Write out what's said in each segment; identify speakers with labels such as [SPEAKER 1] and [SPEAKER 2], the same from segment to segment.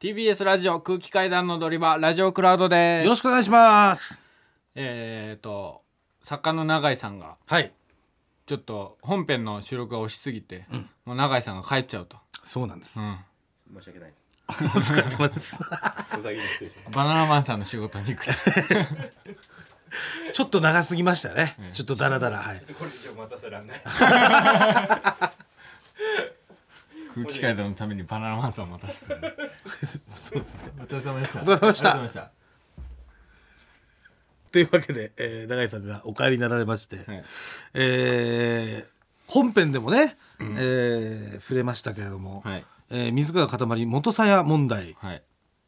[SPEAKER 1] TBS ラジオ空気階段の踊り場ラジオクラウドです
[SPEAKER 2] よろしくお願いします。
[SPEAKER 1] えっ、と作家の永井さんが
[SPEAKER 2] はい。
[SPEAKER 1] ちょっと本編の収録が押しすぎて、もう永井さんが帰っちゃうと、
[SPEAKER 2] そうなんです
[SPEAKER 1] う。ん、
[SPEAKER 3] 申し訳ないです。
[SPEAKER 2] お疲れ様 です。
[SPEAKER 3] お先に失礼しま
[SPEAKER 1] バナナマンさんの仕事に 行くと
[SPEAKER 2] ちょっと長すぎましたね。ちょっとダラダラはい。
[SPEAKER 3] す。これ以上待たせらんない。
[SPEAKER 1] 空気階段のためにバナナマンさんを待たせてる
[SPEAKER 2] そうですね。
[SPEAKER 1] お疲れ様でしたお
[SPEAKER 2] 疲れ様でした
[SPEAKER 1] 疲れ様でした
[SPEAKER 2] というわけで、えー、永井さんがお帰りになられまして、
[SPEAKER 1] はい
[SPEAKER 2] えー本編でもね、えー触れましたけれども、
[SPEAKER 1] はい
[SPEAKER 2] えー水川かたまり元さや問題、
[SPEAKER 1] はい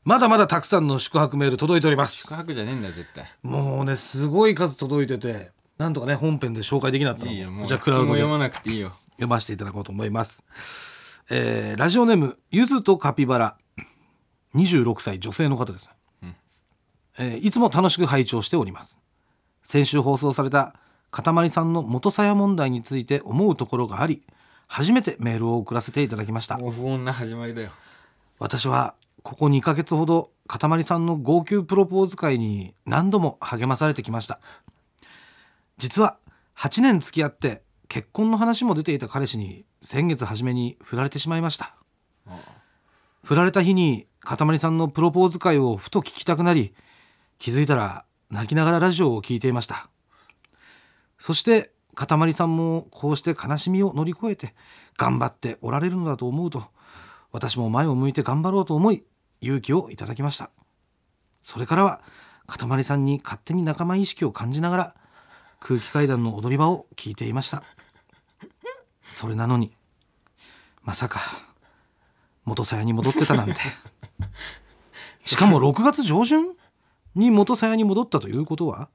[SPEAKER 2] まだまだたくさんの宿泊メール届いております
[SPEAKER 1] 宿。泊じゃねえんだよ絶対
[SPEAKER 2] もうねすごい数届いてて、なんとかね本編で紹介できなかった
[SPEAKER 1] いいよも
[SPEAKER 2] の。
[SPEAKER 1] う
[SPEAKER 2] じゃあクラウ
[SPEAKER 1] も
[SPEAKER 2] ドで
[SPEAKER 1] 読まなくていいよ
[SPEAKER 2] 読ませていただこうと思います、えーラジオネームゆずとカピバラ26歳女性の方です、えーいつも楽しく拝聴しております先週放送されたかたまりさんの元さや問題について思うところがあり初めてメールを送らせていただきました
[SPEAKER 1] もう不穏な始まりだよ
[SPEAKER 2] 私はここ2ヶ月ほどかたまりさんの号泣プロポーズ会に何度も励まされてきました実は8年付き合って結婚の話も出ていた彼氏に先月初めに振られてしまいました振られた日にかたまりさんのプロポーズ会をふと聞きたくなり気づいたら泣きながらラジオを聞いていましたそしてかたまりさんもこうして悲しみを乗り越えて頑張っておられるのだと思うと私も前を向いて頑張ろうと思い勇気をいただきましたそれからはかたまりさんに勝手に仲間意識を感じながら空気階段の踊り場を聞いていましたそれなのにまさか元さやに戻ってたなんてしかも6月上旬に元さやに戻ったということは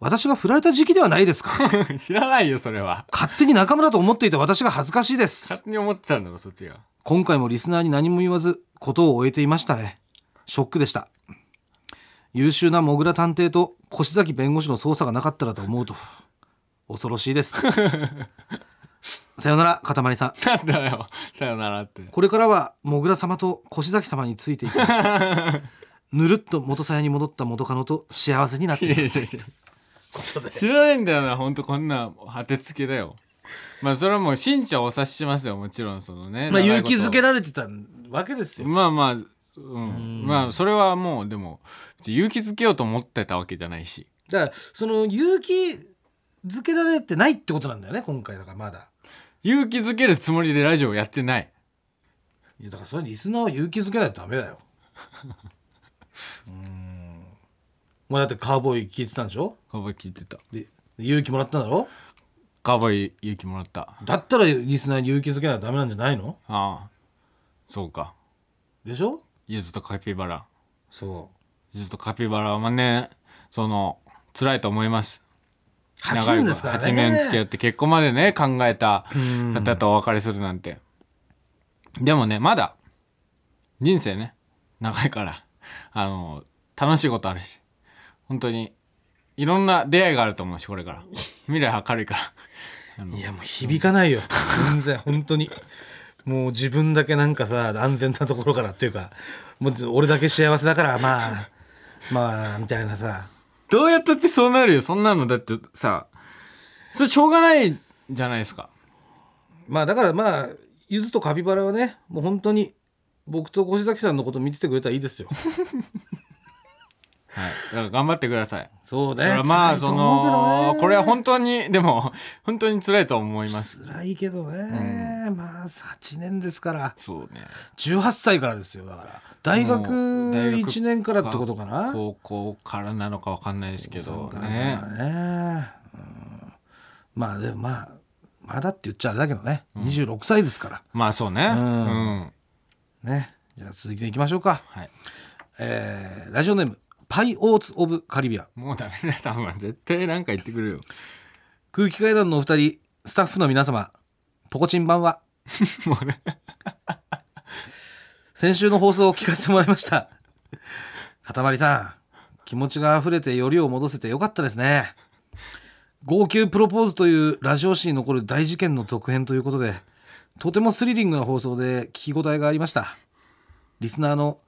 [SPEAKER 2] 私が振られた時期ではないですか
[SPEAKER 1] 知らないよそれは
[SPEAKER 2] 勝手に仲間だと思っていた私が恥ずかしいです
[SPEAKER 1] 勝手に思ってたんだろそっちが
[SPEAKER 2] 今回もリスナーに何も言わず事を終えていましたねショックでした優秀なモグラ探偵と越崎弁護士の捜査がなかったらと思うと恐ろしいです さよならかたまりさん
[SPEAKER 1] なんだよさよならって
[SPEAKER 2] これからはモグラ様と越崎様についていきますぬるっと元さやに戻った元カノと幸せになっ
[SPEAKER 1] い
[SPEAKER 2] て
[SPEAKER 1] やい
[SPEAKER 2] い
[SPEAKER 1] やい
[SPEAKER 2] ます
[SPEAKER 1] や知らないんだよな本当こんな果てつけだよまあそれはもう身長をお察ししますよもちろんそのね
[SPEAKER 2] まあ
[SPEAKER 1] 長い
[SPEAKER 2] 勇
[SPEAKER 1] こ
[SPEAKER 2] 気
[SPEAKER 1] と
[SPEAKER 2] づけられてたわけですよ
[SPEAKER 1] まあまあうんまあそれはもうでも別に勇気づけようと思ってたわけじゃないし
[SPEAKER 2] だからその勇気づけられてないってことなんだよね今回だからまだ
[SPEAKER 1] 勇気づけるつもりでラジオやってない
[SPEAKER 2] いやだからそれリスナーを勇気づけないとダメ だようーんまあだってカウボーイ聞いてたんでしょ
[SPEAKER 1] カウボーイ聞いてた
[SPEAKER 2] で勇気もらったんだろ
[SPEAKER 1] カウボーイ勇気もらった
[SPEAKER 2] だったらリスナーに勇気づけないとダメなんじゃないの
[SPEAKER 1] ああそうか
[SPEAKER 2] でしょ
[SPEAKER 1] ゆずとカピバラ
[SPEAKER 2] そう
[SPEAKER 1] ゆずとカピバラはねその辛いと思います
[SPEAKER 2] 8年ですからね
[SPEAKER 1] 長い8年付き合って結婚までね考えた方とお別れするなんてでもねまだ人生ね長いから あの楽しいことあるし本当にいろんな出会いがあると思うしこれから未来明るいから
[SPEAKER 2] いやもう響かないよ全然本当にもう自分だけなんかさ安全なところからっていうかもう俺だけ幸せだからまあまあみたいなさ
[SPEAKER 1] どうやったってそうなるよそんなのだってさそれしょうがないじゃないですか
[SPEAKER 2] まあだからまあゆずとカピバラはねもう本当に僕と越崎さんのこと見ててくれたらい いですよ
[SPEAKER 1] はいだから頑張ってください
[SPEAKER 2] そうね
[SPEAKER 1] だからまあ
[SPEAKER 2] 辛い
[SPEAKER 1] そ
[SPEAKER 2] と思うけど
[SPEAKER 1] の
[SPEAKER 2] ね
[SPEAKER 1] これは本当にでも本当に辛いと思います
[SPEAKER 2] 辛いけどね、まあ8年ですから
[SPEAKER 1] そうね
[SPEAKER 2] 18歳からですよだから大学
[SPEAKER 1] もう大学
[SPEAKER 2] 1年からってことかな
[SPEAKER 1] 高校からなのかわかんないですけ
[SPEAKER 2] そう
[SPEAKER 1] ど
[SPEAKER 2] か
[SPEAKER 1] ね
[SPEAKER 2] まあねうんまあでもまあまだって言っちゃあれだけどね、26歳ですか
[SPEAKER 1] まあそうねうんん
[SPEAKER 2] らねじゃあ続きでいきましょうか、
[SPEAKER 1] はい
[SPEAKER 2] えーラジオネームパイオーツ・オブ・カリビアン
[SPEAKER 1] もうダメだ多分絶対なんか言ってくるよ
[SPEAKER 2] 空気階段のお二人スタッフの皆様ポコチン版は
[SPEAKER 1] もうね
[SPEAKER 2] 先週の放送を聞かせてもらいましたかたまりさん気持ちが溢れてよりを戻せてよかったですね号泣プロポーズというラジオ史に残る大事件の続編ということでとてもスリリングな放送で聞き応えがありましたリスナーの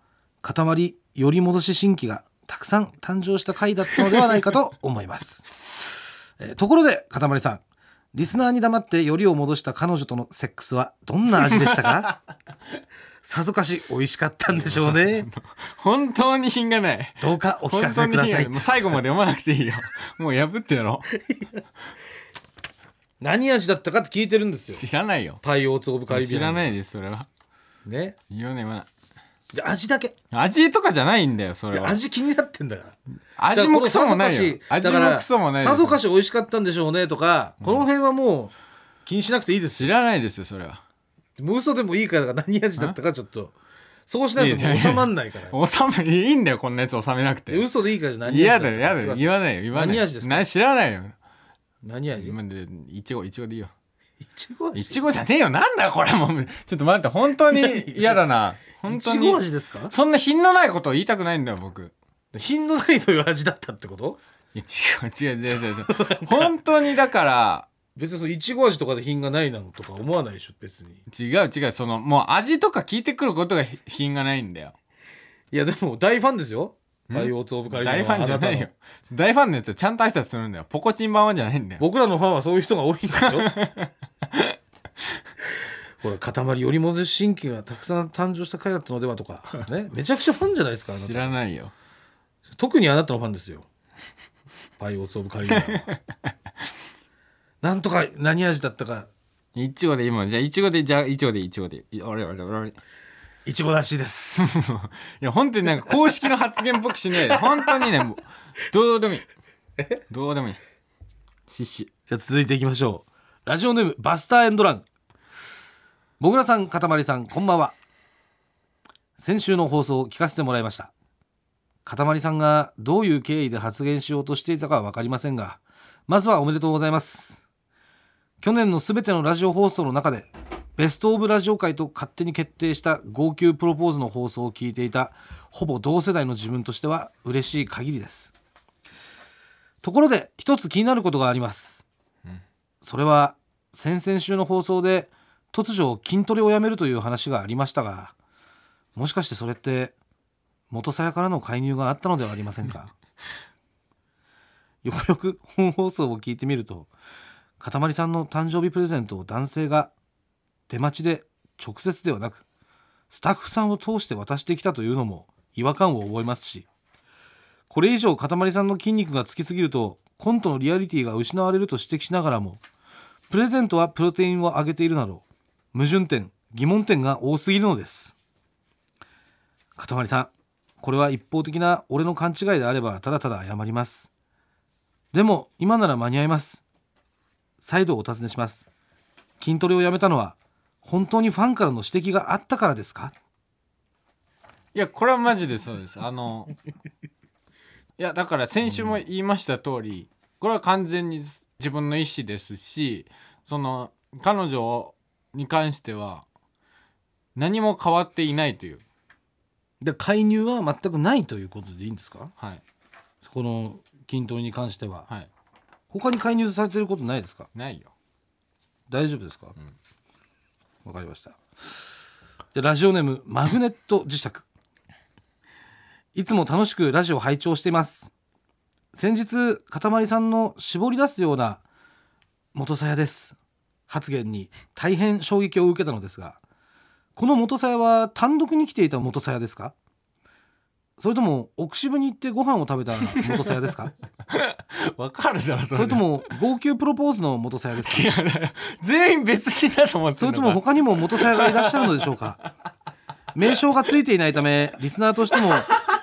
[SPEAKER 2] 塊より戻し新規がたくさん誕生した回だったのではないかと思います、えーところで塊さんリスナーに黙ってよりを戻した彼女とのセックスはどんな味でしたかさぞかし美味しかったんでしょうね
[SPEAKER 1] 本当に品がない。
[SPEAKER 2] どうかお聞
[SPEAKER 1] 本
[SPEAKER 2] か
[SPEAKER 1] 当
[SPEAKER 2] せ
[SPEAKER 1] に
[SPEAKER 2] く
[SPEAKER 1] 品が
[SPEAKER 2] だ
[SPEAKER 1] な
[SPEAKER 2] さ
[SPEAKER 1] い。
[SPEAKER 2] い
[SPEAKER 1] もう最後まで読まなくていいよ。もう破ってやろう。
[SPEAKER 2] 何味だったかって聞いてるんですよ
[SPEAKER 1] 知らないよ。
[SPEAKER 2] パイオーツオブカリビア
[SPEAKER 1] 知
[SPEAKER 2] ン
[SPEAKER 1] らないいです、それは。
[SPEAKER 2] ね
[SPEAKER 1] 言わない、言わない。
[SPEAKER 2] じゃあ味だけ
[SPEAKER 1] 味とかじゃないんだよ、それは。
[SPEAKER 2] 味気になってんだから
[SPEAKER 1] 味もクソもないよ。
[SPEAKER 2] だ
[SPEAKER 1] 味
[SPEAKER 2] から
[SPEAKER 1] もクソもない
[SPEAKER 2] さぞか
[SPEAKER 1] よ。
[SPEAKER 2] し美味しかったんでしょうねとか、この辺はもう気にしなくていいです
[SPEAKER 1] 知
[SPEAKER 2] よ
[SPEAKER 1] らないですよ、それは。
[SPEAKER 2] もう嘘でもいいから何味だったかちょっとそうしないと
[SPEAKER 1] い
[SPEAKER 2] も
[SPEAKER 1] やい
[SPEAKER 2] う
[SPEAKER 1] や
[SPEAKER 2] 収まんないから
[SPEAKER 1] 収め、いいんだよ、こんなやつ収めなくて。
[SPEAKER 2] 嘘でいいからじゃ何味
[SPEAKER 1] 嫌
[SPEAKER 2] だった
[SPEAKER 1] だ
[SPEAKER 2] か
[SPEAKER 1] よ、嫌だよ。
[SPEAKER 2] 言
[SPEAKER 1] 言
[SPEAKER 2] ってくさい
[SPEAKER 1] わないよ、言わない。
[SPEAKER 2] 何味ですか
[SPEAKER 1] な知らないよ。
[SPEAKER 2] 何味
[SPEAKER 1] 今で、いちご、いちごでいいよ。
[SPEAKER 2] いちご味
[SPEAKER 1] いちごじゃねえよ、なんだよこれもう。 ちょっと待って、本当 に嫌だな。本
[SPEAKER 2] い
[SPEAKER 1] 当
[SPEAKER 2] ちご
[SPEAKER 1] に。
[SPEAKER 2] 味ですか
[SPEAKER 1] そんな品のないことを言いたくないんだよ、僕。
[SPEAKER 2] 品のないという味だったってこと
[SPEAKER 1] いちご、違う違う違う違う。本当にだから、
[SPEAKER 2] 別にそのいちご味とかで品がないなのとか思わないでしょ別に
[SPEAKER 1] 違う違う、その、もう味とか聞いてくることが品がないんだよ。
[SPEAKER 2] いやでも大ファンですよ
[SPEAKER 1] ん
[SPEAKER 2] バイオーツオブカリビアン
[SPEAKER 1] 大
[SPEAKER 2] は
[SPEAKER 1] ファンじゃない
[SPEAKER 2] あ
[SPEAKER 1] よ
[SPEAKER 2] たの。
[SPEAKER 1] 大ファンのやつはちゃんと挨拶するんだよ。ポコチン版はじゃないんだよ。
[SPEAKER 2] 僕らのファンはそういう人が多いんですよ ほら塊より戻し新規がたくさん誕生した回だったのではとか、ね、めちゃくちゃファンじゃないですかあなた
[SPEAKER 1] 知らないよ。
[SPEAKER 2] 特にあなたのファンですよバイオーツオブカリビア ンはなんとか何味だったか
[SPEAKER 1] いちごで今、じゃあいちごで、じゃあいちごでいちごで。いあれあれあれあれ。
[SPEAKER 2] いちごらしいです
[SPEAKER 1] いや、本当になんか公式の発言っぽくしねえで。本当にね、もう、どうでもいい。どうでもいい。シシ。
[SPEAKER 2] じゃあ続いていきましょうラジオネームバスターエンドランもぐらさんかたまりさんこんばんは先週の放送を聞かせてもらいましたかたまりさんがどういう経緯で発言しようとしていたかは分かりませんがまずはおめでとうございます去年のすべてのラジオ放送の中でベストオブラジオ界と勝手に決定した号泣プロポーズの放送を聞いていたほぼ同世代の自分としては嬉しい限りですところで一つ気になることがあります、それは先々週の放送で突如筋トレをやめるという話がありましたがもしかしてそれって元さやからの介入があったのではありませんかよくよく本放送を聞いてみるとかたまりさんの誕生日プレゼントを男性が出待ちで直接ではなくスタッフさんを通して渡してきたというのも違和感を覚えますしこれ以上かたまりさんの筋肉がつきすぎるとコントのリアリティが失われると指摘しながらもプレゼントはプロテインを上げているなど矛盾点疑問点が多すぎるのですかたまりさんこれは一方的な俺の勘違いであればただただ謝りますでも今なら間に合います再度お尋ねします筋トレをやめたのは本当にファンからの指摘があったからですか
[SPEAKER 1] いや、これはマジでそうです。あの、いや、だから先週も言いました通り、これは完全に自分の意思ですし、その、彼女に関しては、何も変わっていないという。
[SPEAKER 2] で介入は全くないということでいいんですか
[SPEAKER 1] はい。
[SPEAKER 2] この筋トレに関しては、
[SPEAKER 1] はい。
[SPEAKER 2] 他に介入されてることないですか
[SPEAKER 1] ないよ。
[SPEAKER 2] 大丈夫ですかわ、かりましたでラジオネームマグネット磁石いつも楽しくラジオ拝聴しています先日かたまりさんの絞り出すような「元さやです」発言に大変衝撃を受けたのですがこの元さやは単独に来ていた元さやですかそれとも奥渋に行ってご飯を食べた元さやですか
[SPEAKER 1] わかるだろ、そ
[SPEAKER 2] それとも号泣プロポーズの元さやですか
[SPEAKER 1] 違う な全員別人だと思って
[SPEAKER 2] そ
[SPEAKER 1] ん
[SPEAKER 2] れ
[SPEAKER 1] の
[SPEAKER 2] と
[SPEAKER 1] か
[SPEAKER 2] も他にも元さやがいらっしゃるのでしょう か名称がついていないためリスナーとしても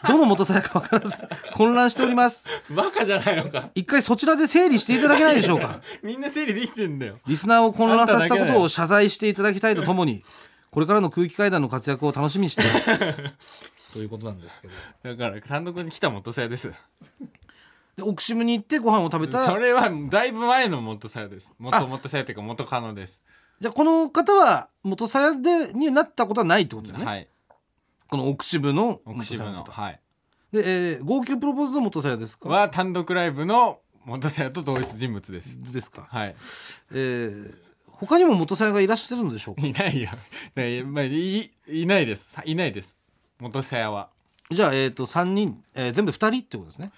[SPEAKER 2] どの元さやか分からず混乱しております
[SPEAKER 1] バカじゃないのか。
[SPEAKER 2] 一回そちらで整理していただけないでしょうか
[SPEAKER 1] みんな整理できてんだよ。
[SPEAKER 2] リスナーを混乱させたことを謝罪していただきたいとともにこれからの空気階段の活躍を楽しみにしています ということなんですけ
[SPEAKER 1] だ
[SPEAKER 2] ど
[SPEAKER 1] から、単独に来た元さやです。
[SPEAKER 2] で奥渋に行ってご飯を食べた
[SPEAKER 1] それは、だいぶ前の元さやです。元元さやというか、元カノです。
[SPEAKER 2] じゃあこの方は元さやでになったことはないってことだよね、
[SPEAKER 1] はい。
[SPEAKER 2] この奥渋の
[SPEAKER 1] 奥渋
[SPEAKER 2] 元
[SPEAKER 1] の。
[SPEAKER 2] さ
[SPEAKER 1] はい。
[SPEAKER 2] やで、えー号泣プロポーズの元さやですか
[SPEAKER 1] は単独ライブの元さやと同一人物です。
[SPEAKER 2] ですか
[SPEAKER 1] はい。
[SPEAKER 2] えー他にも元さやがいらっしゃるのでしょうか
[SPEAKER 1] いないよ。ねまあ、いいないです。さいないです。元さやは。
[SPEAKER 2] じゃあ、えっ、と、三人、えー全部二人ってことですね。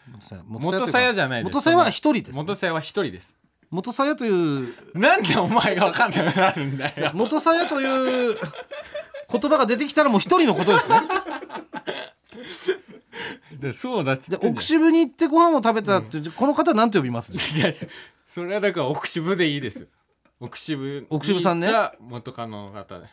[SPEAKER 1] 元さやじゃないです
[SPEAKER 2] 元さやは一人です。
[SPEAKER 1] 元瀬は一人です
[SPEAKER 2] 元さやという、
[SPEAKER 1] なんでお前が分かんなくなるんだよ
[SPEAKER 2] 元さやという。言葉が出てきたら、もう一人のことです ね。
[SPEAKER 1] でそうだっつ
[SPEAKER 2] で
[SPEAKER 1] っ、てん
[SPEAKER 2] 奥
[SPEAKER 1] だよ
[SPEAKER 2] 渋に行って、ご飯を食べたって、この方なんて呼びます。
[SPEAKER 1] いやいやそれはだから奥渋でいいです奥渋
[SPEAKER 2] 奥渋さんね
[SPEAKER 1] が元カノの方で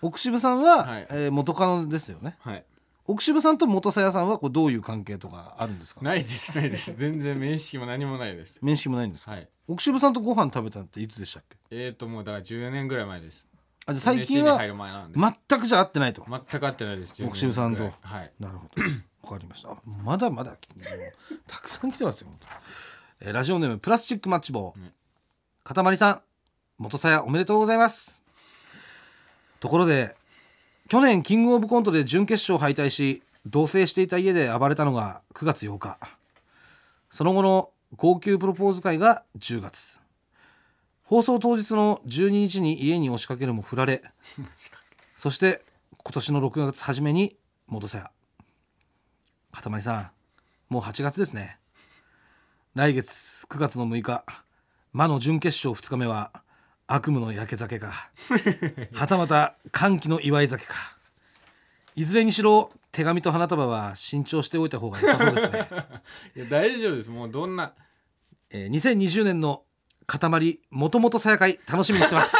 [SPEAKER 2] 奥渋さんは、
[SPEAKER 1] はい
[SPEAKER 2] えー元カノですよね。
[SPEAKER 1] はい
[SPEAKER 2] 奥渋さんと元さやさんは、こう、どういう関係とかあるんですか。
[SPEAKER 1] ないですないです全然面識も何もないです
[SPEAKER 2] 面識もないんですか。
[SPEAKER 1] はい
[SPEAKER 2] 奥渋さんとご飯食べたのって、いつでしたっけ。
[SPEAKER 1] えーともうだから14年ぐらい前です
[SPEAKER 2] あ、じゃ、最近
[SPEAKER 1] NSC に
[SPEAKER 2] は
[SPEAKER 1] 入。る前なんで
[SPEAKER 2] 全くじゃ会ってないと。
[SPEAKER 1] 全く会ってないです
[SPEAKER 2] 奥渋さんと
[SPEAKER 1] 14年ぐらいはい
[SPEAKER 2] なるほど。 わかりました。まだまだ来てもうたくさん来てますよ。本当えーラジオネームプラスチックマッチ棒。かたまりさん、元さやおめでとうございます。ところで、去年キングオブコントで準決勝敗退し、同棲していた家で暴れたのが9月8日。その後の号泣プロポーズ会が10月。放送当日の12日に家に押しかけるも振られ、そして今年の6月初めに元瀬谷かたまりさんもう8月ですね来月9月の6日魔の準決勝2日目は悪夢の焼け酒かはたまた歓喜の祝い酒かいずれにしろ手紙と花束は慎重しておいた方が良さそうで すね、
[SPEAKER 1] いや大丈夫ですもうどんな
[SPEAKER 2] えー2020年の塊もともとさや会楽しみにしてます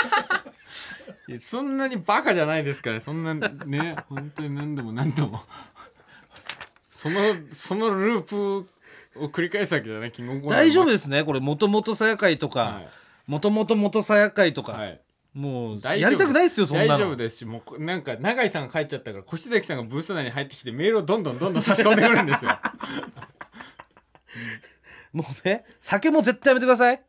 [SPEAKER 1] いやそんなにバカじゃないですからそんなね 本当に何度も何度もそのそのループを繰り返すわけじゃないキングオブコント
[SPEAKER 2] 大丈夫ですねこれもともとさや会とか
[SPEAKER 1] はい
[SPEAKER 2] もともともとさや会とか、
[SPEAKER 1] はい
[SPEAKER 2] もう
[SPEAKER 1] 大丈夫
[SPEAKER 2] やりたくないですよそんなの
[SPEAKER 1] 大丈夫ですしもうこなんか永井さんが帰っちゃったから越崎さんがブース内に入ってきてメールをどんどんどんどん差し込んでくるんですよ
[SPEAKER 2] もうね酒も絶対やめてください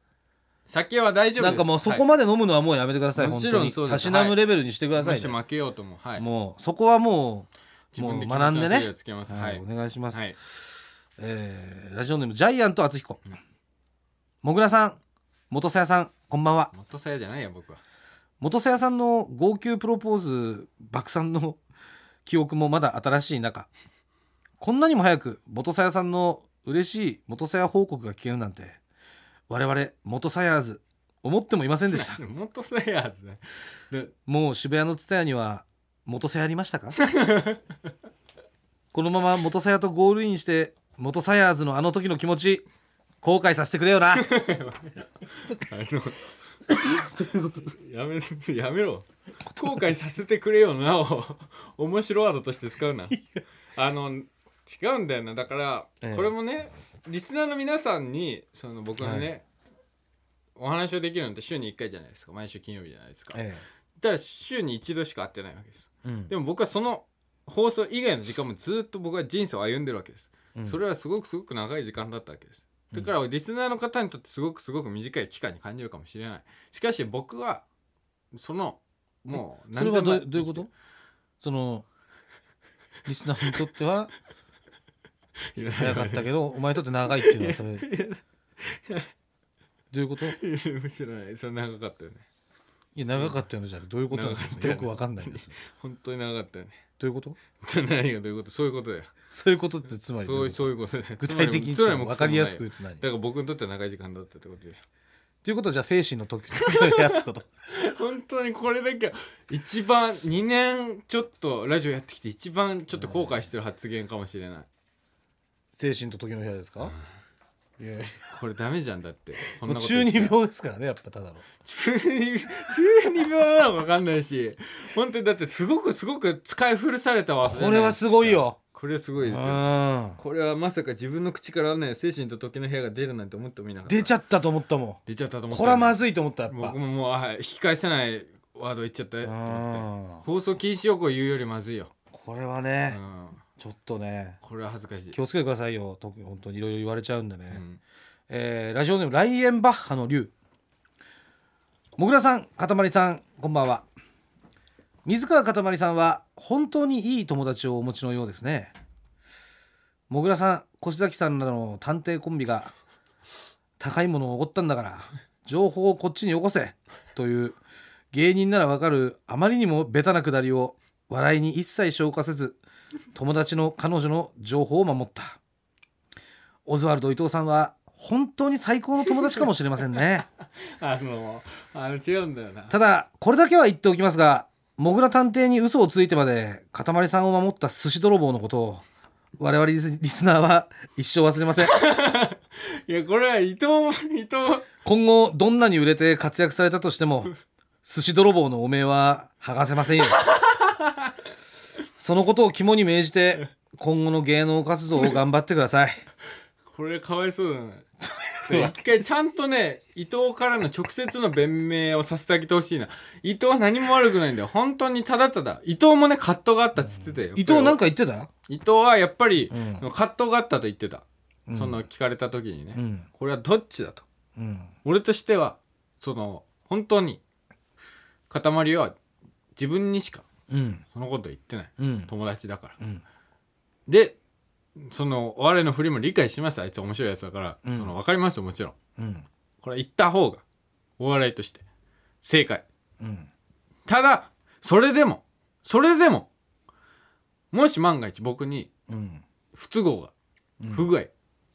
[SPEAKER 1] 酒は大丈夫です
[SPEAKER 2] なんかもうそこ
[SPEAKER 1] ま
[SPEAKER 2] まで飲むのはもうやめてくださ
[SPEAKER 1] は
[SPEAKER 2] い、
[SPEAKER 1] い
[SPEAKER 2] 本当
[SPEAKER 1] もちろ
[SPEAKER 2] に
[SPEAKER 1] んそうです
[SPEAKER 2] たしなむレベルにしてくだ
[SPEAKER 1] で
[SPEAKER 2] さい、
[SPEAKER 1] もし
[SPEAKER 2] ね
[SPEAKER 1] 負けようともはい
[SPEAKER 2] もうそこはもう
[SPEAKER 1] 自
[SPEAKER 2] も
[SPEAKER 1] 分
[SPEAKER 2] う
[SPEAKER 1] で
[SPEAKER 2] 学んで
[SPEAKER 1] 気持ちの整理
[SPEAKER 2] ね
[SPEAKER 1] をつけます
[SPEAKER 2] は、
[SPEAKER 1] はいい
[SPEAKER 2] お願いします、
[SPEAKER 1] はい
[SPEAKER 2] えーラジオネームジャイアント厚彦、もぐらさん元瀬谷さんこんばんは
[SPEAKER 1] 元さやじゃないよ僕は
[SPEAKER 2] 元瀬谷さんの号泣プロポーズ爆散の記憶もまだ新しい中こんなにも早く元瀬谷さんの嬉しい元瀬谷報告が聞けるなんて我々元瀬谷ーズ思ってもいませんでした
[SPEAKER 1] 元さやはずねで
[SPEAKER 2] もう渋谷の蔦屋には元瀬谷ありましたか このまま元瀬谷とゴールインして元瀬谷ーズのあの時の気持ち後悔させてくれよ な
[SPEAKER 1] あ のやめやめろ後悔させてくれよなを面白ワードとして使うなあの違うんだよなだから、
[SPEAKER 2] ええ
[SPEAKER 1] これもねリスナーの皆さんにその僕のね、お話をできるのって週に1回じゃないですか毎週金曜日じゃないですか、
[SPEAKER 2] え
[SPEAKER 1] だから週に1度しか会ってないわけです
[SPEAKER 2] えうん
[SPEAKER 1] でも僕はその放送以外の時間もずっと僕は人生を歩んでるわけです、
[SPEAKER 2] うん
[SPEAKER 1] それはすごくすごく長い時間だったわけですだからリスナーの方にとってすごくすごく短い期間に感じるかもしれないしかし僕はそのもう
[SPEAKER 2] それはどう
[SPEAKER 1] 千万
[SPEAKER 2] どういうことそのリスナーにとっては
[SPEAKER 1] いや
[SPEAKER 2] 早かったけどお前にとって長いっていうのはそ れどういうことい
[SPEAKER 1] いや知らないそれ長かったよね
[SPEAKER 2] や長かったよねじゃあどういうことなの
[SPEAKER 1] 長かったよね
[SPEAKER 2] よくわかんないん です
[SPEAKER 1] 本当に長かったよね
[SPEAKER 2] どういうこと
[SPEAKER 1] 何がどういうことそういうことだよ
[SPEAKER 2] そういうことってつまりど
[SPEAKER 1] そうう
[SPEAKER 2] い
[SPEAKER 1] いうう
[SPEAKER 2] こと
[SPEAKER 1] そういうことだよ
[SPEAKER 2] 具体的に
[SPEAKER 1] つ
[SPEAKER 2] ちょ
[SPEAKER 1] まり
[SPEAKER 2] っと
[SPEAKER 1] もう
[SPEAKER 2] わかりやすく
[SPEAKER 1] つまり
[SPEAKER 2] 言うと何
[SPEAKER 1] だから僕にとっては長い時間だったってことで
[SPEAKER 2] ということはじゃあ精神の時 々やったこと
[SPEAKER 1] 本当にこれだけは一番2年ちょっとラジオやってきて一番ちょっと後悔してる発言かもしれない
[SPEAKER 2] 精神と時の部屋ですかいやいや
[SPEAKER 1] これダメじゃんだってこん
[SPEAKER 2] も
[SPEAKER 1] な
[SPEAKER 2] う
[SPEAKER 1] こと
[SPEAKER 2] 中
[SPEAKER 1] 言った
[SPEAKER 2] 二
[SPEAKER 1] ら
[SPEAKER 2] 病ですからねやっぱただの
[SPEAKER 1] 中二中二病なのか分かんないし本当にだってすごくすごく使い古されたわ
[SPEAKER 2] これはすごいよ
[SPEAKER 1] これすごいですよ
[SPEAKER 2] うん
[SPEAKER 1] これはまさか自分の口からね精神と時の部屋が出るなんて思ってもいなかった
[SPEAKER 2] 出ちゃったと思ったも
[SPEAKER 1] 出ちゃったと
[SPEAKER 2] ん
[SPEAKER 1] 思った
[SPEAKER 2] これはまずいと思ったやっぱ
[SPEAKER 1] 僕ももうあ引き返せないワード言っちゃったと思って
[SPEAKER 2] うん
[SPEAKER 1] 放送禁止用語言うよりまずいよ、
[SPEAKER 2] これは
[SPEAKER 1] う
[SPEAKER 2] ね、
[SPEAKER 1] ん、
[SPEAKER 2] ちょっとね
[SPEAKER 1] これは恥ずかしい
[SPEAKER 2] 気をつけてくださいよと本当にいろいろ言われちゃうんでね、
[SPEAKER 1] うん
[SPEAKER 2] えーラジオネームライエンバッハの竜もぐらさんかたまりさんこんばんは水川かたまりさんは本当にいい友達をお持ちのようですねもぐらさん越崎さんなどの探偵コンビが高いものをおごったんだから情報をこっちによこせという芸人ならわかるあまりにもベタなくだりを笑いに一切消化せず友達の彼女の情報を守ったオズワルド伊藤さんは本当に最高の友達かもしれませんね
[SPEAKER 1] あのあの違うんだよな
[SPEAKER 2] ただこれだけは言っておきますがモグラ探偵に嘘をついてまでかたまりさんを守った寿司泥棒のことを我々リスリスナーは一生忘れま せん
[SPEAKER 1] いやこれは伊藤も伊藤
[SPEAKER 2] 今後どんなに売れて活躍されたとしても寿司泥棒の汚名は剥がせませんよそのことを肝に銘じて今後の芸能活動を頑張ってください
[SPEAKER 1] これかわいそうだね一回ちゃんとね伊藤からの直接の弁明をさせてあげてほしいな伊藤は何も悪くないんだよ本当にただただ伊藤もね葛藤があったっつってたよ
[SPEAKER 2] 伊藤なん
[SPEAKER 1] か
[SPEAKER 2] か言ってた、
[SPEAKER 1] 伊藤はやっぱり、
[SPEAKER 2] う
[SPEAKER 1] 葛藤があったと言ってた、
[SPEAKER 2] うん
[SPEAKER 1] その聞かれた時にね、
[SPEAKER 2] うん
[SPEAKER 1] これはどっちだと
[SPEAKER 2] うん、
[SPEAKER 1] 俺としてはその本当に塊は自分にしか
[SPEAKER 2] うん、
[SPEAKER 1] そのこと言ってない
[SPEAKER 2] うん、
[SPEAKER 1] 友達だから
[SPEAKER 2] うん、
[SPEAKER 1] でその我の振りも理解しますあいつ面白いやつだから、
[SPEAKER 2] うん
[SPEAKER 1] その分かりますよもちろん
[SPEAKER 2] うん、
[SPEAKER 1] これは言った方がお笑いとして正解
[SPEAKER 2] うん、
[SPEAKER 1] ただそれでもそれでももし万が一僕に
[SPEAKER 2] うん、
[SPEAKER 1] 不都合が不具合、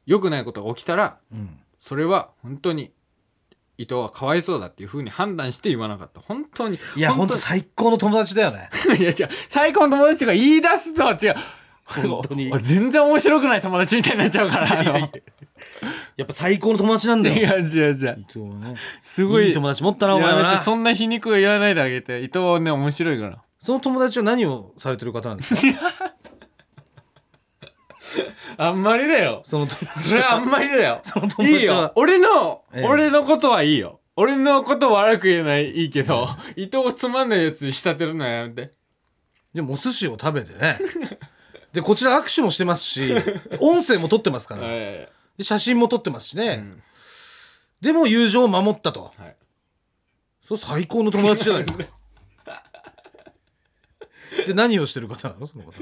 [SPEAKER 1] 良くないことが起きたら
[SPEAKER 2] うん、
[SPEAKER 1] それは本当に伊藤はかわいそうだっていうふうに判断して言わなかった本当に
[SPEAKER 2] いや、本当
[SPEAKER 1] に
[SPEAKER 2] 最高の友達だよ ね。
[SPEAKER 1] いや違う最高の友達とか言い出すと違う
[SPEAKER 2] 本当に
[SPEAKER 1] 俺 全然面白くない友達みたいになっちゃうからあの
[SPEAKER 2] やっぱ最高の友達なんだ
[SPEAKER 1] い
[SPEAKER 2] よ。
[SPEAKER 1] や違う違う
[SPEAKER 2] そうね
[SPEAKER 1] すごい
[SPEAKER 2] いい友達持ったな、お前
[SPEAKER 1] い
[SPEAKER 2] は
[SPEAKER 1] やだっ
[SPEAKER 2] な。
[SPEAKER 1] てそ
[SPEAKER 2] そ
[SPEAKER 1] んな皮肉を言わないであげて伊藤はね面白いから
[SPEAKER 2] の友達は何をされてる方なんで すか。
[SPEAKER 1] あんまりだよ
[SPEAKER 2] その友達
[SPEAKER 1] それはあんまりだよ
[SPEAKER 2] その友達はい
[SPEAKER 1] いよ俺の、
[SPEAKER 2] ええ
[SPEAKER 1] 俺のことはいいよ俺のこと悪く言えないいいけど、 伊藤をつまんないやつに仕立てるのはやめて
[SPEAKER 2] でもお寿司を食べてね。で、こちら握手もしてますし、音声も撮ってますから、
[SPEAKER 1] はい
[SPEAKER 2] で写真も撮ってますしね。
[SPEAKER 1] ん
[SPEAKER 2] でも友情を守ったと。
[SPEAKER 1] はい
[SPEAKER 2] それ最高の友達じゃないで すか。で、何をしてる方なのその方。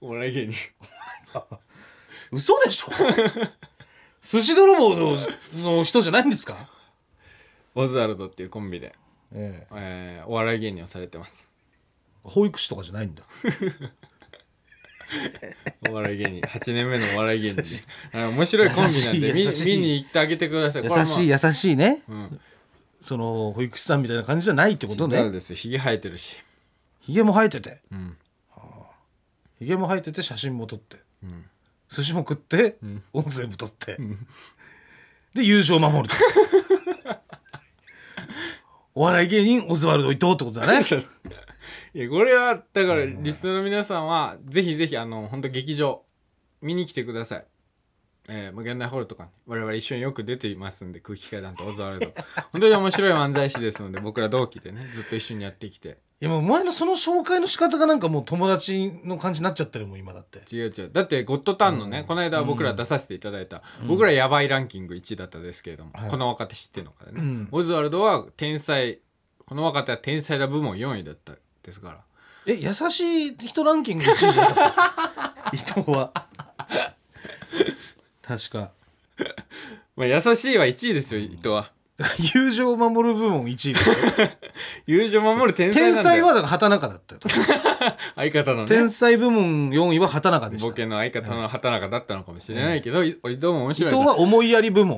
[SPEAKER 1] お笑い芸人
[SPEAKER 2] 嘘でしょ 寿司泥棒のの人じゃないんですか、
[SPEAKER 1] オズワルドっていうコンビで、
[SPEAKER 2] ええ、
[SPEAKER 1] えーお笑い芸人をされてます
[SPEAKER 2] 保育士とかじゃないんだ
[SPEAKER 1] お笑い芸人8年目のお笑い芸人ですあ面白いコンビなんで
[SPEAKER 2] 優しい
[SPEAKER 1] 見
[SPEAKER 2] 優し
[SPEAKER 1] 見
[SPEAKER 2] い
[SPEAKER 1] に行ってあげてください
[SPEAKER 2] 優しい
[SPEAKER 1] い
[SPEAKER 2] 優しいね、
[SPEAKER 1] ん
[SPEAKER 2] その保育士さんみたいな感じじゃないってこと
[SPEAKER 1] そう
[SPEAKER 2] ね
[SPEAKER 1] ですひげ生えてるし
[SPEAKER 2] ひげも生えてて
[SPEAKER 1] うん
[SPEAKER 2] ひげも生えてて写真も撮って
[SPEAKER 1] うん
[SPEAKER 2] 寿司も食って、
[SPEAKER 1] ん
[SPEAKER 2] 音声も撮って、で友情を 守るとお笑い芸人オズワルド伊藤ってこと だね
[SPEAKER 1] いやこれはだからリスナーの皆さんはぜひぜひあの本当劇場見に来てください。えー、無限大ホールとかに我々一緒によく出ていますんで空気階段とオズワル ド本当に面白い漫才師ですので僕ら同期でねずっと一緒にやってきて
[SPEAKER 2] いやもうお前のその紹介の仕方がなんかもう友達の感じになっちゃってるもん今だって
[SPEAKER 1] 違う違うだってゴッドタンのね、この間僕ら出させていただいた、僕らやばいランキング1位だったですけれども、
[SPEAKER 2] はい
[SPEAKER 1] この若手知ってるのかね、
[SPEAKER 2] うん
[SPEAKER 1] オズワルドは天才この若手は天才だ部門4位だったですから
[SPEAKER 2] え優しい人ランキング1位じゃなか った伊藤は確か
[SPEAKER 1] まあ優しいは1位ですよ伊藤は
[SPEAKER 2] 友情を守る部門1位ですよ
[SPEAKER 1] 友情守る天才なん
[SPEAKER 2] 天
[SPEAKER 1] だよ
[SPEAKER 2] 才はだから畑中だったよ
[SPEAKER 1] 相方のね
[SPEAKER 2] 天才部門4位は畑中でし
[SPEAKER 1] ボ
[SPEAKER 2] た伊
[SPEAKER 1] ケの相方の畑中だったのかもしれないけど、いおいどうも面白い
[SPEAKER 2] 藤は思いやり 部門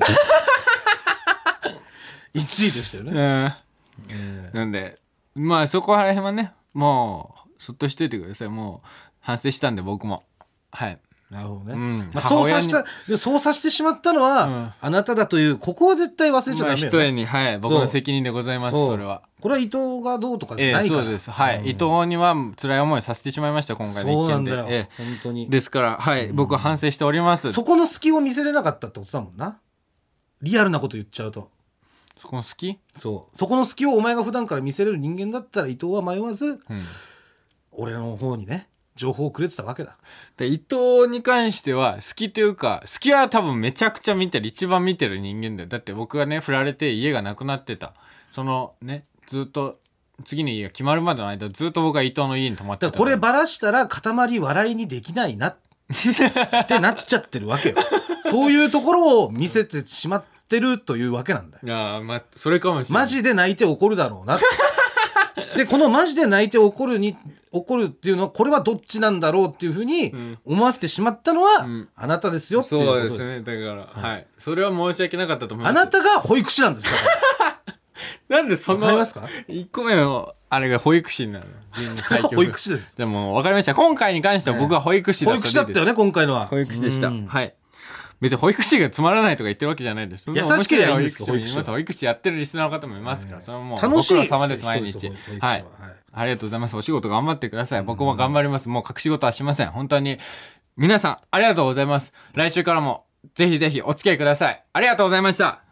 [SPEAKER 2] 1位でしたよね、
[SPEAKER 1] うんなんでまあそこら辺はねもうそっとしといてくださいもう反省したんで僕もはい
[SPEAKER 2] なるほどね、
[SPEAKER 1] うん
[SPEAKER 2] まあ、
[SPEAKER 1] 母
[SPEAKER 2] そう
[SPEAKER 1] 親
[SPEAKER 2] さ
[SPEAKER 1] に
[SPEAKER 2] したでそうさしてしまったのは、
[SPEAKER 1] うん
[SPEAKER 2] あなただというここは絶対忘れち
[SPEAKER 1] ま
[SPEAKER 2] ゃダ
[SPEAKER 1] あ
[SPEAKER 2] メよ、
[SPEAKER 1] 一重にはい僕
[SPEAKER 2] そ
[SPEAKER 1] の
[SPEAKER 2] う
[SPEAKER 1] 責任でございます
[SPEAKER 2] そ
[SPEAKER 1] そうれは
[SPEAKER 2] これは伊藤がどうとかじ
[SPEAKER 1] え
[SPEAKER 2] ゃ
[SPEAKER 1] え
[SPEAKER 2] ないから、
[SPEAKER 1] そうですはい、
[SPEAKER 2] うん
[SPEAKER 1] 伊藤には辛い思いをさせてしまいました今回の
[SPEAKER 2] そう
[SPEAKER 1] 一
[SPEAKER 2] なん
[SPEAKER 1] 件
[SPEAKER 2] だ
[SPEAKER 1] で
[SPEAKER 2] よ、
[SPEAKER 1] え
[SPEAKER 2] 本当
[SPEAKER 1] え
[SPEAKER 2] に
[SPEAKER 1] ですからはい、僕は反省しております
[SPEAKER 2] そこの隙を見せれなかったってことだもんなリアルなこと言っちゃうと
[SPEAKER 1] そこの好き、
[SPEAKER 2] そうそこの隙をお前が普段から見せれる人間だったら伊藤は迷わず
[SPEAKER 1] うん
[SPEAKER 2] 俺の方にね情報をくれてたわけだ
[SPEAKER 1] で伊藤に関しては好きというか好きは多分めちゃくちゃ見てる一番見てる人間だよだって僕がね振られて家がなくなってたそのねずっと次の家が決まるまでの間ずっと僕は伊藤の家に泊まって
[SPEAKER 2] だ
[SPEAKER 1] た
[SPEAKER 2] からこれバラしたら塊笑いにできないなってなっちゃってるわけよそういうところを見せてしまってるというわけなんだよ
[SPEAKER 1] いやーまあそれかもしれない
[SPEAKER 2] マジで泣いて怒るだろうなってでこのマジで泣いて怒るに怒るっていうのはこれはどっちなんだろうっていうふうに
[SPEAKER 1] ん
[SPEAKER 2] 思わせてしまったのは、
[SPEAKER 1] ん
[SPEAKER 2] あなたですよっていうこ
[SPEAKER 1] そ
[SPEAKER 2] と
[SPEAKER 1] う
[SPEAKER 2] で
[SPEAKER 1] ですすねだからはい、それは申し訳なかったと思い
[SPEAKER 2] あ
[SPEAKER 1] ます
[SPEAKER 2] なたが保育士なんですだから
[SPEAKER 1] なんでそ
[SPEAKER 2] わかり
[SPEAKER 1] の
[SPEAKER 2] ますか
[SPEAKER 1] 1個目のあれが保育士にな る の
[SPEAKER 2] 保育士です
[SPEAKER 1] でも分かりました今回に関しては僕は保育士だ
[SPEAKER 2] 保
[SPEAKER 1] ったんで
[SPEAKER 2] 育士だったよね今回のは
[SPEAKER 1] 保育士でした
[SPEAKER 2] うん
[SPEAKER 1] はい別に保育士がつまらないとか言ってるわけじゃないです
[SPEAKER 2] 優しければいいんですよ
[SPEAKER 1] 面白保育士もいます保育士やってるリスナーの方もいますから、それはもうご苦労様です毎
[SPEAKER 2] 人
[SPEAKER 1] 日
[SPEAKER 2] ですよ
[SPEAKER 1] はいありがとうございます。お仕事頑張ってください。僕も頑張ります。もう隠し事はしません。本当に。皆さん、ありがとうございます。来週からも、ぜひぜひお付き合いください。ありがとうございました。